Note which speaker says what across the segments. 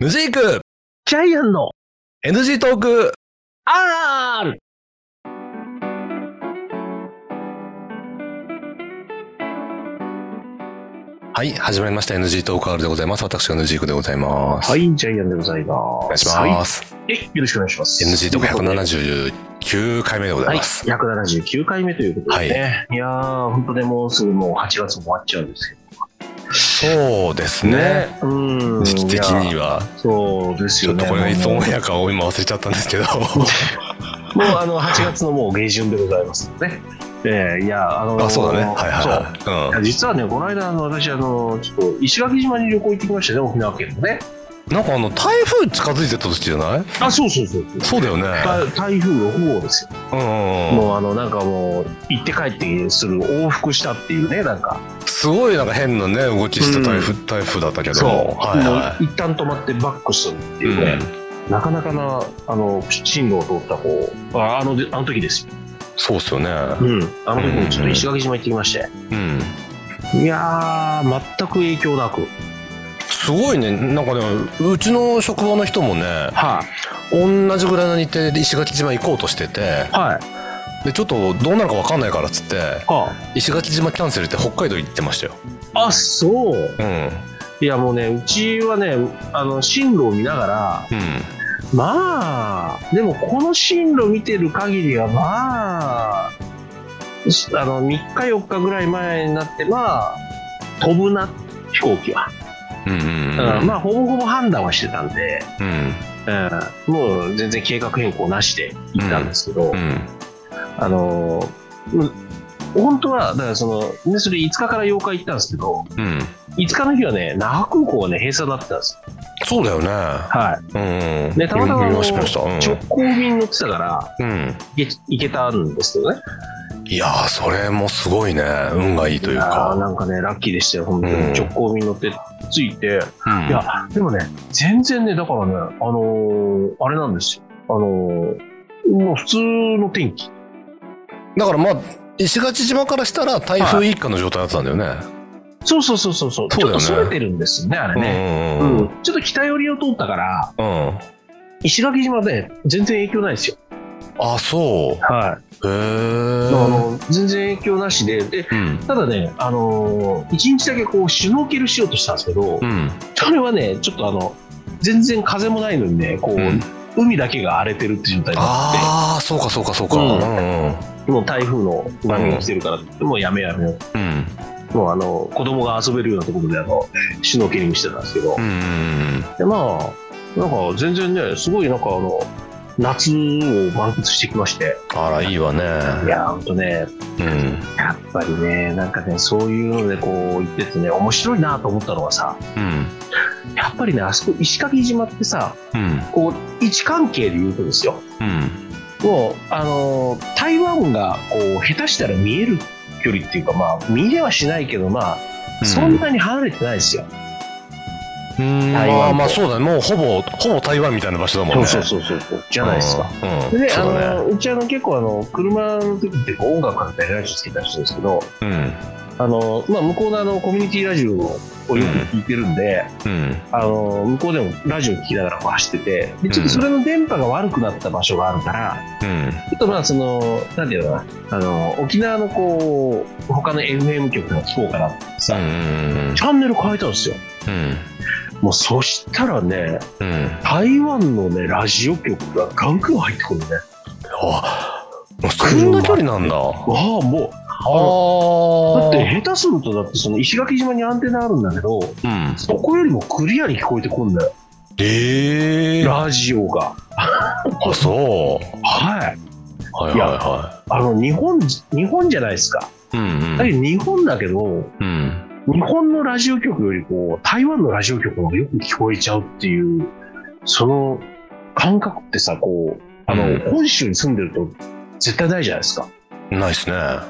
Speaker 1: ヌジーク
Speaker 2: ジャイアンの
Speaker 1: NG トーク
Speaker 2: R!
Speaker 1: はい、始まりました NG トーク R でございます。私がヌジークでございます。。
Speaker 2: はいい、ジャイアンでございま
Speaker 1: お願い
Speaker 2: す。
Speaker 1: します。
Speaker 2: はい。え、よろしくお願いします。
Speaker 1: NG トーク
Speaker 2: はい
Speaker 1: 179回目でございます。
Speaker 2: 179回目ということでね。い、やー、本当でもうすぐもう8月も終わっちゃうんですけ
Speaker 1: そうです
Speaker 2: ど
Speaker 1: ね。。
Speaker 2: うん。
Speaker 1: 時期的
Speaker 2: い
Speaker 1: に
Speaker 2: や。
Speaker 1: は。
Speaker 2: そうです
Speaker 1: ちょ
Speaker 2: よ
Speaker 1: っ
Speaker 2: ね。
Speaker 1: とこれがいつ
Speaker 2: も
Speaker 1: オンエアかを今忘れちゃったんですけど。
Speaker 2: うもうあの、8月のもう下旬でございますのでね。えー、いや、あのー
Speaker 1: あ、そうだ ね。はい
Speaker 2: そう
Speaker 1: はいは
Speaker 2: いや実はね、この間、あの私、あの、ちょっと、石垣島に旅行行ってきましたね、沖縄県のね。
Speaker 1: い。うん。なんかあの、台風近づいてた時じゃない
Speaker 2: あ、そうそうそうそう。
Speaker 1: そうだよね。
Speaker 2: た台風6号ですよ
Speaker 1: うんうんうん。
Speaker 2: もうあのなんかもう行って帰ってする往復したっていうねなんか
Speaker 1: すごいなんか変なね、動きした台風、台風だったけども。はいは
Speaker 2: もう一旦止まってバックするって
Speaker 1: い。う
Speaker 2: いうね
Speaker 1: ん、。
Speaker 2: なかなかなあの進路を通ったこうああのであの時ですよ、
Speaker 1: そうっすよね。
Speaker 2: うん、あの時にちょっと石垣島行ってきまして、
Speaker 1: うん。
Speaker 2: いやー全く影響なく
Speaker 1: すごいねなんかねうちの職場の人もね
Speaker 2: は
Speaker 1: 同じぐらいの日程で石垣島行こうとしてて
Speaker 2: いはい
Speaker 1: でちょっとどうなるか分かんないからっつって
Speaker 2: は
Speaker 1: 石垣島キャンセルって北海道行ってましたよ
Speaker 2: ああそう
Speaker 1: うん
Speaker 2: いやもうねうちはねあの進路を見ながら
Speaker 1: うん
Speaker 2: まあ、でもこの進路見てる限りは、まあ、しあの、3日4日ぐらい前になって、まあ、飛ぶな、飛行機は。
Speaker 1: うんうんうん
Speaker 2: うんまあ、ほぼほぼ判断はしてたんで、
Speaker 1: うん
Speaker 2: うん、もう全然計画変更なしで行ったんですけど、
Speaker 1: うん
Speaker 2: あの、うん本当は、だからその、ねそれ5日から8日行ったんですけど、
Speaker 1: うん
Speaker 2: 5日の日はね、那覇空港はね、閉鎖だったんですよ。
Speaker 1: そうだよね
Speaker 2: は
Speaker 1: うんうん
Speaker 2: ねたまたま
Speaker 1: 見ました見ました
Speaker 2: い。直行便乗ってたから、
Speaker 1: うん、うん、
Speaker 2: 行け行けたんですけどね。
Speaker 1: いやーそれもすごいね運がいいという
Speaker 2: やー
Speaker 1: か
Speaker 2: なんかね、ラッキーでしたよ、本当に。
Speaker 1: うん
Speaker 2: 直行便乗って着い
Speaker 1: う
Speaker 2: て。
Speaker 1: ん
Speaker 2: いや、でもね、全然ね、だからね、あのーあれなんですよ。あのーもう普通の天気。
Speaker 1: だからまあ石垣島からしたら台風一過の状態だったんだよね、
Speaker 2: そうそうそうそう。そ
Speaker 1: そ
Speaker 2: う
Speaker 1: う
Speaker 2: ち
Speaker 1: だ
Speaker 2: ょっ
Speaker 1: よ
Speaker 2: と
Speaker 1: ね
Speaker 2: それてるんですよね、あれね。
Speaker 1: う
Speaker 2: うん
Speaker 1: うん
Speaker 2: ん
Speaker 1: うん
Speaker 2: ちょっと北寄りを通ったから、
Speaker 1: うん、うん、
Speaker 2: 石垣島で全然影響ないですよ。
Speaker 1: あそう
Speaker 2: はい。
Speaker 1: へえ
Speaker 2: あ。の全然影響なしで、で、
Speaker 1: うん。
Speaker 2: ただね、あのー、一日だけこう、シュノーケルしようとしたんですけど、
Speaker 1: うん。
Speaker 2: それはね、ちょっとあの、全然風もないのにね、こう、
Speaker 1: うん
Speaker 2: 海だけが荒れてるっていう状態になって、
Speaker 1: ああ、そうかそうかそうか。
Speaker 2: うん
Speaker 1: うん。うん。
Speaker 2: もう台風の波が来てるから、もうやめやめよ
Speaker 1: うん。
Speaker 2: う。もうあの、子供が遊べるようなところで、あの、シュノーケリングしてたんですけど
Speaker 1: う、ん。
Speaker 2: で、まあ、なんか全然ね、すごいなんかあの、夏を満喫してきまして、
Speaker 1: あら、いいわね。
Speaker 2: いやー、ほんとね、
Speaker 1: うん。
Speaker 2: やっぱりね、なんかね、そういうのでこう、行っててね、面白いなと思ったのはさ、
Speaker 1: うん。
Speaker 2: やっぱりね、あそこ、石垣島ってさ、
Speaker 1: うん。
Speaker 2: こう、位置関係で言うとですよ、
Speaker 1: うん。
Speaker 2: もう、あのー台湾がこう下手したら見える距離っていうか、まあ、見えはしないけど、まあ、そんなに離れてないですよ。
Speaker 1: うん。
Speaker 2: 台湾
Speaker 1: まあ
Speaker 2: と
Speaker 1: まあ、そうだね。もうほぼ、ほぼ台湾みたいな場所だもんね。う
Speaker 2: そうそうそう。じ
Speaker 1: じ
Speaker 2: ゃないですか。。
Speaker 1: うん。
Speaker 2: で、あ
Speaker 1: そうだね。
Speaker 2: のーうちあの結構あの車の時ってこう音楽かけたりラジオつけたりするんですけど、
Speaker 1: うん。
Speaker 2: あのーまあ、向こうのあのコミュニティラジオをよく聞いてるんで、
Speaker 1: うん。
Speaker 2: あのー向こうでもラジオ聞きながらこう走っててでちょっとそれの電波が悪くなった場所があるから、
Speaker 1: うん。
Speaker 2: ちょっとまあその、なんていうのかな、あの、沖縄のこう、他の FM 局の聞こうかなってさ、
Speaker 1: うん。
Speaker 2: チャンネル変えたんですよ。
Speaker 1: うん。
Speaker 2: もうそしたらね、
Speaker 1: うん。
Speaker 2: 台湾のね、ラジオ局がガンガン入ってくるね。
Speaker 1: あ、もうそんな距離なんだ。あ
Speaker 2: ああ、もう。
Speaker 1: あ。
Speaker 2: だって、下手すると、だってその石垣島にアンテナあるんだけど、
Speaker 1: うん。
Speaker 2: そこよりもクリアに聞こえてくるんだよ。
Speaker 1: ええ。あ、
Speaker 2: ラジオが。
Speaker 1: そう。
Speaker 2: はい。
Speaker 1: はいはいは
Speaker 2: あの、日本、日本じゃないですか。
Speaker 1: い。うん。
Speaker 2: だ
Speaker 1: う
Speaker 2: け
Speaker 1: ん。
Speaker 2: ど日本だけど、
Speaker 1: うん。
Speaker 2: 日本のラジオ局よりこう台湾のラジオ局の方がよく聞こえちゃうっていうその感覚ってさこうあの、
Speaker 1: うん
Speaker 2: 本州に住んでると絶対ないじゃないですか
Speaker 1: ないっすね。
Speaker 2: だか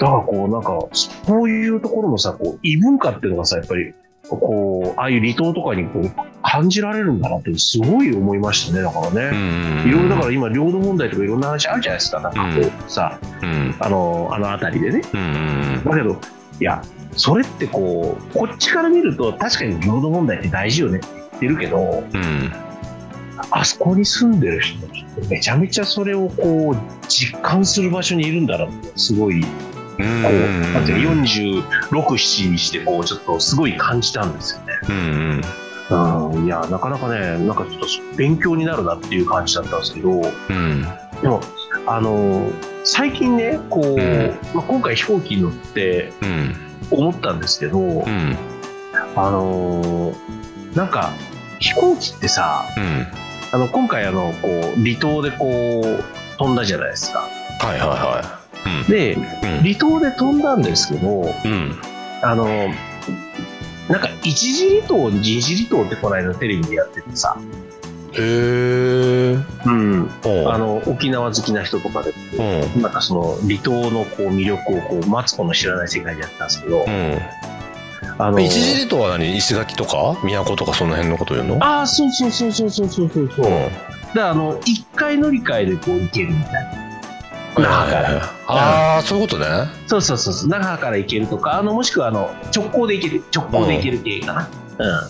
Speaker 2: らこうなんかそういうところのさこう異文化っていうのがさやっぱりこうああいう離島とかにこう感じられるんだなってすごい思いましたねだからね、いろいろだから今領土問題とかいろんな話あるじゃないですかなんかこうさ、
Speaker 1: ら、うん。
Speaker 2: あのあの辺りでね
Speaker 1: うん。
Speaker 2: だけど、いや、それってこう、こっちから見ると、確かに領土問題って大事よねってってるけど、
Speaker 1: うん。
Speaker 2: あそこに住んでる人たちってめちゃめちゃそれをこう実感する場所にいるんだなってすごいこ
Speaker 1: う
Speaker 2: う、
Speaker 1: ん。
Speaker 2: なんていう46、7にしてこうちょっとすごい感じたんですよね。
Speaker 1: うん。
Speaker 2: うん、いやなかなかねなんかちょっと勉強になるなっていう感じだったんですけど
Speaker 1: うん。
Speaker 2: でもあの最近ねこう、
Speaker 1: うん
Speaker 2: まあ、今回飛行機に乗って
Speaker 1: うん。
Speaker 2: 思ったんですけど、
Speaker 1: うん。
Speaker 2: あのなんか飛行機ってさ
Speaker 1: うん。
Speaker 2: あの今回あのこう離島でこう飛んだじゃないですか。
Speaker 1: はいはいは
Speaker 2: で
Speaker 1: い。うん。
Speaker 2: 離島で飛んだんですけど
Speaker 1: うん。
Speaker 2: あのなんか一次離島二次離島ってこの間テレビでやっててさ、
Speaker 1: へえ。
Speaker 2: うん、
Speaker 1: お
Speaker 2: あの沖縄好きな人とかで
Speaker 1: うん。
Speaker 2: なんかその離島のこう魅力をこうマツコの知らない世界でやったんですけど、あの
Speaker 1: うん。一時とは何石垣とか都とかその辺のこと言うの
Speaker 2: ああそうそうそうそうそうそうそうそう、
Speaker 1: うん。
Speaker 2: だからあの一回乗り換えでこう行けるみたいな
Speaker 1: は
Speaker 2: 那
Speaker 1: い
Speaker 2: 覇
Speaker 1: は
Speaker 2: か
Speaker 1: いはい
Speaker 2: ら
Speaker 1: ああ、そういうことね。
Speaker 2: そうそうそうそう那覇から行けるとかあのもしくはあの直行で行ける直行で行ける系かなうん、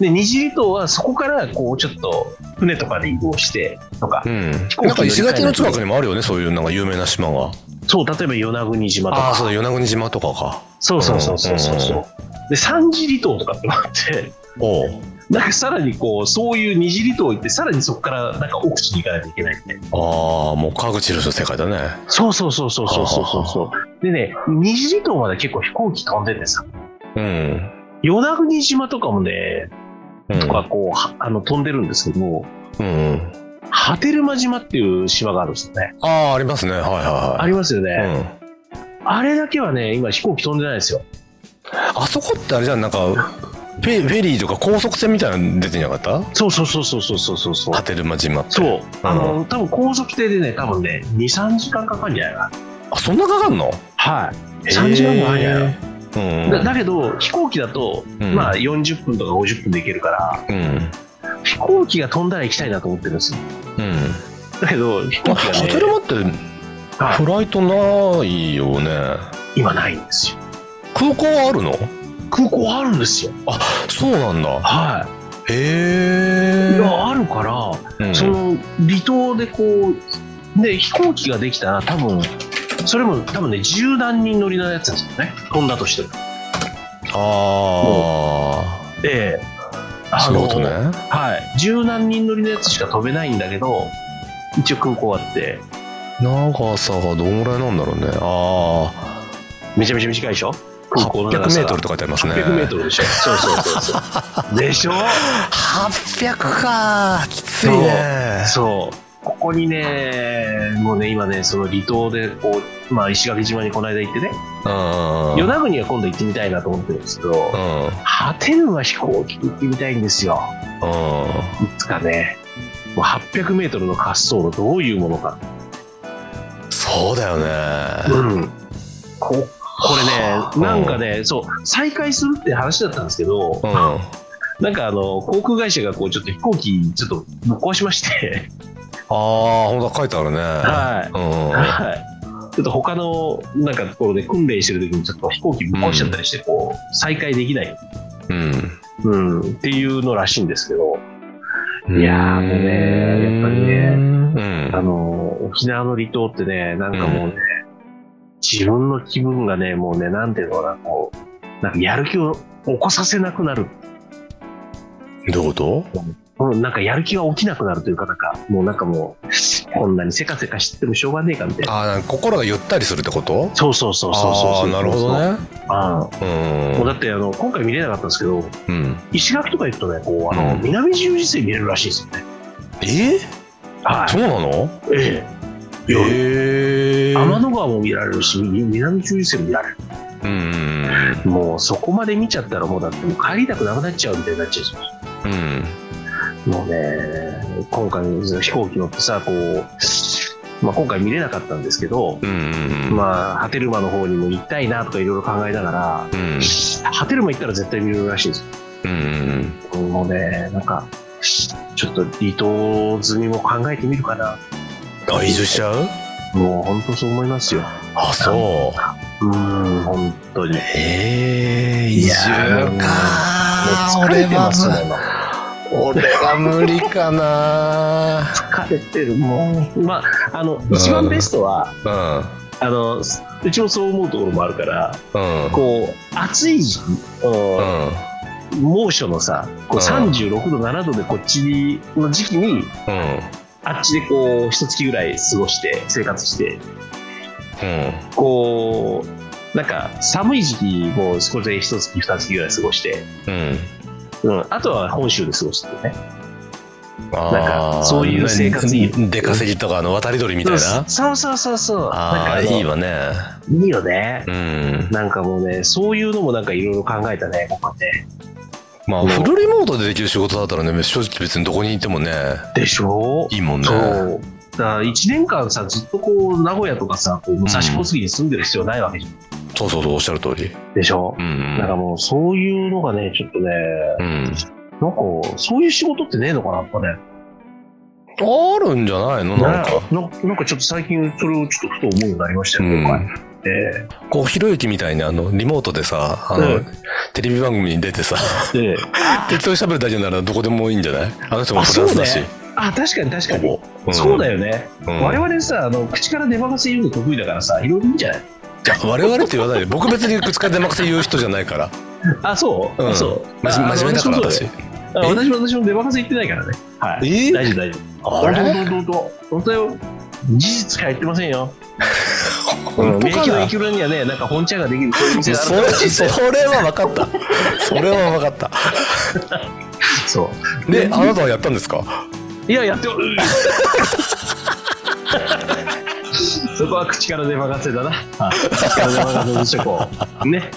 Speaker 2: で二次離島はそこからこうちょっと船とかで移動してとか、
Speaker 1: うん。
Speaker 2: 飛行機
Speaker 1: なんか石垣の近くにもあるよね、そういうなんか有名な島が。
Speaker 2: そう例えば与那国島と
Speaker 1: ああ、
Speaker 2: か
Speaker 1: そうだ、与那国島とかか。
Speaker 2: そうそうそうそうそうそううで三次離島とかってのがあって
Speaker 1: おう。
Speaker 2: なんかさらにこう、そういう二次離島行って、さらにそこからなんか奥地に行かないといけないみたいな。
Speaker 1: ああ、もう川口博士の世界だね。
Speaker 2: そうそうそうそうそうそうそう
Speaker 1: は
Speaker 2: でね、二次離島まで結構飛行機飛んでてさ、
Speaker 1: うん。
Speaker 2: 与那国島とかもね、
Speaker 1: うん
Speaker 2: とかこう、はあの飛んでるんですけど、
Speaker 1: うんうん。
Speaker 2: 波照間島っていう島があるんですよね。
Speaker 1: ああ、ありますね。はいはいはい。
Speaker 2: ありますよね、
Speaker 1: うん。
Speaker 2: あれだけはね、今飛行機飛んでないんですよ。
Speaker 1: あそこってあれじゃん、なんか、フェフェリーとか高速船みたいなの出てんじゃなかっ
Speaker 2: そうそうそうそうそうそうそうそ
Speaker 1: た波
Speaker 2: う。
Speaker 1: 照間島って。
Speaker 2: そう。あの、多分高速艇でね、多分ね、2、3時間かかるんじゃないかな。
Speaker 1: あ、そんなかかんの
Speaker 2: はい。3時間もかかるんじゃないかな。
Speaker 1: うん。
Speaker 2: だだけど飛行機だと、
Speaker 1: うん
Speaker 2: まあ40分とか50分で行けるから
Speaker 1: うん。
Speaker 2: 飛行機が飛んだら行きたいなと思ってるんですよ
Speaker 1: うん。
Speaker 2: だけど飛
Speaker 1: あ、
Speaker 2: 行機が、
Speaker 1: 波
Speaker 2: ね
Speaker 1: 照間って
Speaker 2: はい
Speaker 1: フライトないよね。
Speaker 2: 今ないんですよ
Speaker 1: 空港はあるの
Speaker 2: 空港あるんですよ
Speaker 1: そうなんだ。
Speaker 2: は
Speaker 1: へ
Speaker 2: いい
Speaker 1: え。
Speaker 2: やあるから、
Speaker 1: うん
Speaker 2: その離島でこうで飛行機ができたら多分それも多分ね10段人乗りのやつなんですよね飛んだとしても
Speaker 1: あ
Speaker 2: ええ
Speaker 1: あ。
Speaker 2: あ
Speaker 1: そういうことね。
Speaker 2: はい10何人乗りのやつしか飛べないんだけど一応空港あって
Speaker 1: 長さがどんぐらいなんだろうね。あ
Speaker 2: めちゃめちゃ短いでしょ
Speaker 1: あ。
Speaker 2: 空港の
Speaker 1: 800
Speaker 2: 長さ
Speaker 1: メー
Speaker 2: が
Speaker 1: トルとか書いてありますね。
Speaker 2: 800メートルでしょ。そうそうそ うそう。でしょ
Speaker 1: 800かきついね
Speaker 2: そう。ここにね、もうね、今ね、その離島で、こう、まあ、石垣島にこの間行ってね、
Speaker 1: うんうん
Speaker 2: 与那国は今度行ってみたいなと思ってるんですけど、
Speaker 1: うん
Speaker 2: ハテルは飛行機で行ってみたいんですよ。
Speaker 1: うん
Speaker 2: いつかね、もう800メートルの滑走路どういうものか。
Speaker 1: そうだよ
Speaker 2: う
Speaker 1: ね
Speaker 2: ん。ここれ
Speaker 1: うん
Speaker 2: ね、なんかね、そう、再開するって話だったんですけど
Speaker 1: う、ん
Speaker 2: なんかあの、航空会社がこう、ちょっと飛行機、ちょっとぶっ壊しまして、
Speaker 1: ああほんとだ書いてあるね
Speaker 2: はい。
Speaker 1: うん
Speaker 2: はい。ちょっと他のなんかところで訓練してる時にちょっと飛行機ぶっ壊しちゃったりしてこう再開できない、
Speaker 1: うん
Speaker 2: うん、っていうのらしいんですけど
Speaker 1: うん
Speaker 2: いやーもうねやっぱりね
Speaker 1: うん
Speaker 2: あの沖縄の離島ってねなんかもうね、自分の気分がねもうねなんていうのかなこうなんかやる気を起こさせなくなる
Speaker 1: どういうこと
Speaker 2: このなんかやる気が起きなくなるというかなんかもうなんかもうこんなにせかせかしてもしょうがねえかみたいな
Speaker 1: ああなんか心がゆったりするってこと
Speaker 2: そうそうそうそうそう
Speaker 1: あ
Speaker 2: そ
Speaker 1: あ
Speaker 2: う
Speaker 1: なるほどね
Speaker 2: あ
Speaker 1: う
Speaker 2: もうんだってあの今回見れなかったんですけど
Speaker 1: うん
Speaker 2: 石垣とか行くとね、こうあの、
Speaker 1: うん
Speaker 2: 南十字星見れるらしいですよね。
Speaker 1: え
Speaker 2: は
Speaker 1: そうなの
Speaker 2: い。ええ。夜
Speaker 1: ええ
Speaker 2: 天の川も見られるし、南十字星も見られる。
Speaker 1: うんうん
Speaker 2: もうそこまで見ちゃったら、もうだってもう帰りたくなくなっちゃうみたいになっちゃうんです
Speaker 1: うんうん
Speaker 2: よ。もうね、今回の飛行機乗ってさ、こう、まあ、今回見れなかったんですけど、
Speaker 1: うんうんうん
Speaker 2: まあ、波照間の方にも行きたいなとかいろいろ考えながら、
Speaker 1: うん
Speaker 2: 波照間行ったら絶対見れるらしいです
Speaker 1: うん
Speaker 2: よ。もうね、なんか、ちょっと離島済みも考えてみるかな。
Speaker 1: あ移住しちゃう
Speaker 2: もう本当そう思いますよ。
Speaker 1: あそう
Speaker 2: うーん、本当に。もう
Speaker 1: ええ移
Speaker 2: いやー
Speaker 1: 住か
Speaker 2: 疲れてますもん。
Speaker 1: 俺は無理かな
Speaker 2: 疲れてるもうまああの一番ベストは
Speaker 1: うん
Speaker 2: あのうちもそう思うところもあるから
Speaker 1: うん
Speaker 2: こう暑い時期
Speaker 1: う
Speaker 2: うん
Speaker 1: ん
Speaker 2: 猛暑のさこう
Speaker 1: うん
Speaker 2: 36度7度でこっちの時期に
Speaker 1: うん
Speaker 2: あっちでこう一月ぐらい過ごして生活して
Speaker 1: うん
Speaker 2: こうなんか寒い時期もそこで一月二月ぐらい過ごして、
Speaker 1: うん
Speaker 2: うん、あとは本州で過ごしてね
Speaker 1: あー
Speaker 2: なんかそういう生活
Speaker 1: 何出稼ぎとかあの渡り鳥みたいな
Speaker 2: そうそうそうそうなんか
Speaker 1: ああ
Speaker 2: あの
Speaker 1: いいわね
Speaker 2: いいよね
Speaker 1: うん
Speaker 2: なんかもうね、そういうのもなんかいろいろ考えたね、僕はね。
Speaker 1: まあフルリモートでできる仕事だったらね正直別にどこにいてもね
Speaker 2: でしょ
Speaker 1: いいもんね
Speaker 2: そう。だから1年間さ、ずっとこう、名古屋とかさ、こう武蔵小杉に住んでる必要ないわけじゃん。
Speaker 1: そうそうそうおっしゃる通り
Speaker 2: でしょ
Speaker 1: う、
Speaker 2: だから
Speaker 1: ん
Speaker 2: もう、そういうのがね、ちょっとね、
Speaker 1: うん
Speaker 2: なんか、そういう仕事ってねえのかな、やっぱね。
Speaker 1: あるんじゃないのなんか
Speaker 2: ねななんかちょっと最近、それをちょっとふと思うようになりましたよ、今回。え
Speaker 1: こうひろゆきみたいにあのリモートでさあの、
Speaker 2: うん
Speaker 1: テレビ番組に出て さ
Speaker 2: えで
Speaker 1: 適当に喋るだけならどこでもいいんじゃないあの人もフランスだし
Speaker 2: あそうねあ、確かに確かに。
Speaker 1: うん
Speaker 2: そうだよね。
Speaker 1: うん
Speaker 2: 我々さ、あの、口から出任せ言うの得意だからさ、いろいろいいんじゃない
Speaker 1: いや我々って言わないで僕別に口から出まくせ言う人じゃないから、
Speaker 2: あ、そう、
Speaker 1: うん
Speaker 2: そう。
Speaker 1: 真面目真面目だから
Speaker 2: あの
Speaker 1: 私
Speaker 2: あ
Speaker 1: え
Speaker 2: 私も私も出任せ言ってないからね。はい。
Speaker 1: え
Speaker 2: 大丈夫大丈夫。
Speaker 1: あれ
Speaker 2: どうどうどうどう本当よ。事実しか言ってませんよ。
Speaker 1: 本当
Speaker 2: 免
Speaker 1: か
Speaker 2: 疫の
Speaker 1: な
Speaker 2: 駅裏にはね、なんか本茶ができるそういう店がある
Speaker 1: そ
Speaker 2: から
Speaker 1: れそれは分かったそれは分かった
Speaker 2: そ
Speaker 1: であなたはやったんですか
Speaker 2: う。いや、やっておる。そこは口から出任せだな。はい口から出任せのチョコ。ね。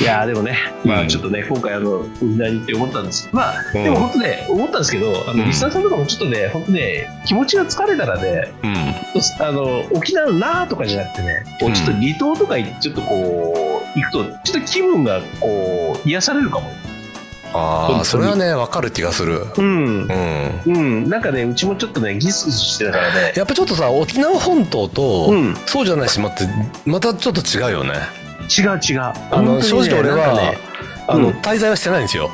Speaker 2: いやーでもね、
Speaker 1: う
Speaker 2: まあ
Speaker 1: ん
Speaker 2: ちょっとね、今回あの、何って思ったんですけど、まあ、
Speaker 1: うん
Speaker 2: でも本当ね、思ったんですけど、あ
Speaker 1: う
Speaker 2: の、
Speaker 1: ん
Speaker 2: リスナーさんとかもちょっとね、本当ね、気持ちが疲れたらね、
Speaker 1: うん
Speaker 2: あの沖縄の那覇とかじゃなくてね、こうちょっと離島とかにちょっとこう行くとちょっと気分がこう癒されるかも、
Speaker 1: ああそれはね分かる気がする
Speaker 2: う
Speaker 1: う
Speaker 2: ん
Speaker 1: ん
Speaker 2: うん、なんかねうちもちょっとねギスギスしてたからね
Speaker 1: やっぱちょっとさ沖縄本島と、
Speaker 2: うん違う
Speaker 1: そうじゃない島ってまたちょっと違うよね
Speaker 2: 違う
Speaker 1: あの正直俺は、あの
Speaker 2: うん
Speaker 1: 滞在はしてないんですよ、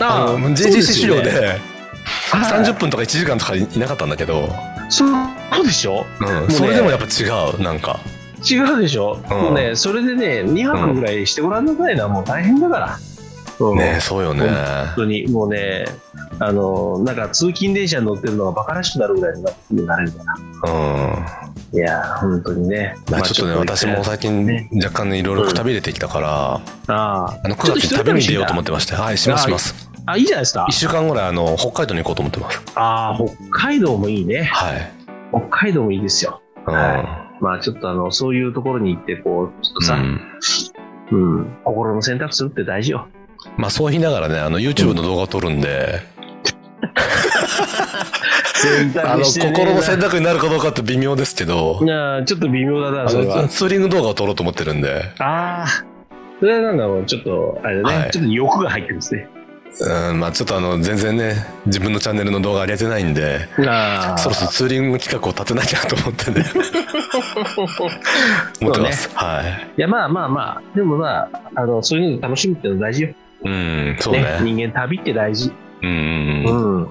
Speaker 1: あ
Speaker 2: あ
Speaker 1: の JGC 資料で30分とか1時間とかいなかったんだけど、
Speaker 2: そうでしょ
Speaker 1: うん
Speaker 2: うね
Speaker 1: それでもやっぱ違うなんか
Speaker 2: 違うでしょ、
Speaker 1: うん
Speaker 2: もうねそれでね2泊ぐらいしてごらんなさいな、もう大変だから、うん
Speaker 1: ねそうよね、
Speaker 2: うん本当にもうねあのなんか通勤電車に乗ってるのがバカらしくなるぐらいにななれるから
Speaker 1: うん
Speaker 2: いやー本当にね、
Speaker 1: まあ、ちょっとね、私も最近
Speaker 2: ね
Speaker 1: 若干ねいろいろくたびれてきたから、
Speaker 2: あ
Speaker 1: あの9月に
Speaker 2: ちょっと一人
Speaker 1: 旅に出ようと思
Speaker 2: 旅
Speaker 1: ってましてはいしますします
Speaker 2: ああいいじゃないですか
Speaker 1: 1週間ぐらいあの北海道に行こうと思ってます
Speaker 2: ああ北海道もいいね
Speaker 1: はい、
Speaker 2: 北海道もいいですよ
Speaker 1: うん
Speaker 2: はまあちょっとあのそういうところに行ってこうちょっとさ、
Speaker 1: う
Speaker 2: うん
Speaker 1: ん
Speaker 2: 心の選択するって大事よ
Speaker 1: まあそう言いながらねあの YouTube の動画を撮るんで、
Speaker 2: 選
Speaker 1: あの心の選 択になるかどうかって微妙ですけど、
Speaker 2: 択ちょっと微妙だ
Speaker 1: あ
Speaker 2: なそれ
Speaker 1: の
Speaker 2: は
Speaker 1: ツーリング動画を撮ろうと思ってるんで、
Speaker 2: ああそれはなんかもうちょっとあれだね、
Speaker 1: はい
Speaker 2: ちょっと欲が入ってるんですね
Speaker 1: うんまあ、ちょっとあの全然ね自分のチャンネルの動画上げてないんで
Speaker 2: ああ
Speaker 1: そろそろツーリング企画を立てなきゃと思 ってね思ってます、はい
Speaker 2: いやまあまあまあでもまああのそういうの楽しむってのは大事よ、
Speaker 1: うんそうね
Speaker 2: 人間旅って大事
Speaker 1: うんうんうん
Speaker 2: うん。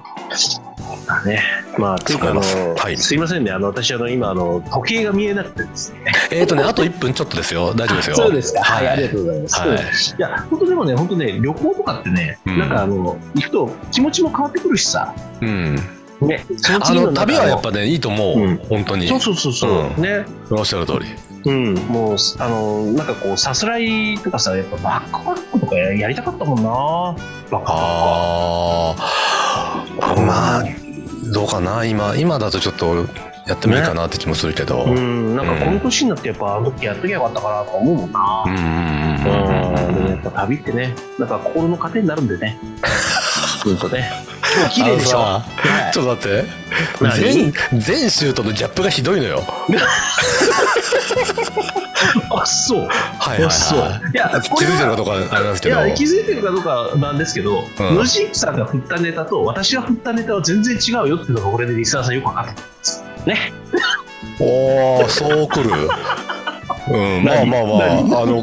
Speaker 2: だね。まあ、というか、あの、
Speaker 1: そう思いますはい
Speaker 2: すいませんね。あの、私、あの、今、あの、時計が見えなくてですね。
Speaker 1: えっ、ー、とねあと1分ちょっとですよ大丈夫ですよ
Speaker 2: そうですか。
Speaker 1: は、
Speaker 2: はいい、ありがとうございます。
Speaker 1: はい
Speaker 2: い、や、本当でもね、本当ね、旅行とかってね、
Speaker 1: うん
Speaker 2: なんか、あの、行くと気持ちも変わってくるしさ。
Speaker 1: うん、
Speaker 2: ね。そ
Speaker 1: あ
Speaker 2: 次
Speaker 1: の
Speaker 2: なん
Speaker 1: 旅
Speaker 2: か
Speaker 1: はやっ。ぱねいいと思う、
Speaker 2: うん
Speaker 1: 本当に
Speaker 2: そうそうそうそう、
Speaker 1: うん
Speaker 2: ね、
Speaker 1: おっしゃる通り
Speaker 2: うん、もうあのなんかこうさすらいとかさやっぱバックパックとかやりたかったもんなバックパ
Speaker 1: ああまあどうかな今今だとちょっとやってもいいかなって気もするけど、
Speaker 2: ックうんなんかこの年になってやっぱあの時やっときゃよかったかなとか思うもんな
Speaker 1: うんうんうん
Speaker 2: うん、
Speaker 1: うん
Speaker 2: でも
Speaker 1: う
Speaker 2: や
Speaker 1: ん
Speaker 2: っぱ旅ってね、なんか心の糧になるん でね。ほんとね。今日綺麗でし
Speaker 1: あ
Speaker 2: ょ。
Speaker 1: のさ
Speaker 2: はい
Speaker 1: ちょっと待って
Speaker 2: 何
Speaker 1: 全全州とのギャップがひどいのよ
Speaker 2: あ、そう。
Speaker 1: はいはい
Speaker 2: あ、そう。
Speaker 1: はい
Speaker 2: いや、こ
Speaker 1: 気
Speaker 2: れ
Speaker 1: づいてるか
Speaker 2: は。
Speaker 1: どうかあれなんです
Speaker 2: い
Speaker 1: けど
Speaker 2: や気づいてるかどうかなんですけど、
Speaker 1: うん
Speaker 2: 野尻さんが振ったネタと私が振ったネタは全然違うよっていうのがこれでリスナーさんよく分かったと思いますね
Speaker 1: おおそうくるうんまあまあまああの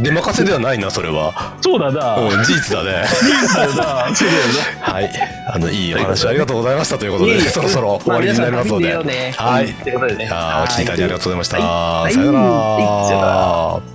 Speaker 1: 出任せではないな、それは。
Speaker 2: そうだな。
Speaker 1: うん、事実だね。
Speaker 2: そうだな。そうだよな。
Speaker 1: はい。あの、いいお話ありがとうございましたということで、
Speaker 3: いえいえ
Speaker 1: そろそろ終わりになりますので。
Speaker 3: まあ皆さん旅行ってよね
Speaker 1: はい。
Speaker 3: ということでね
Speaker 1: あーお聞きいただきありがとうございました。
Speaker 3: はい
Speaker 1: さよなら。
Speaker 3: はいさよなら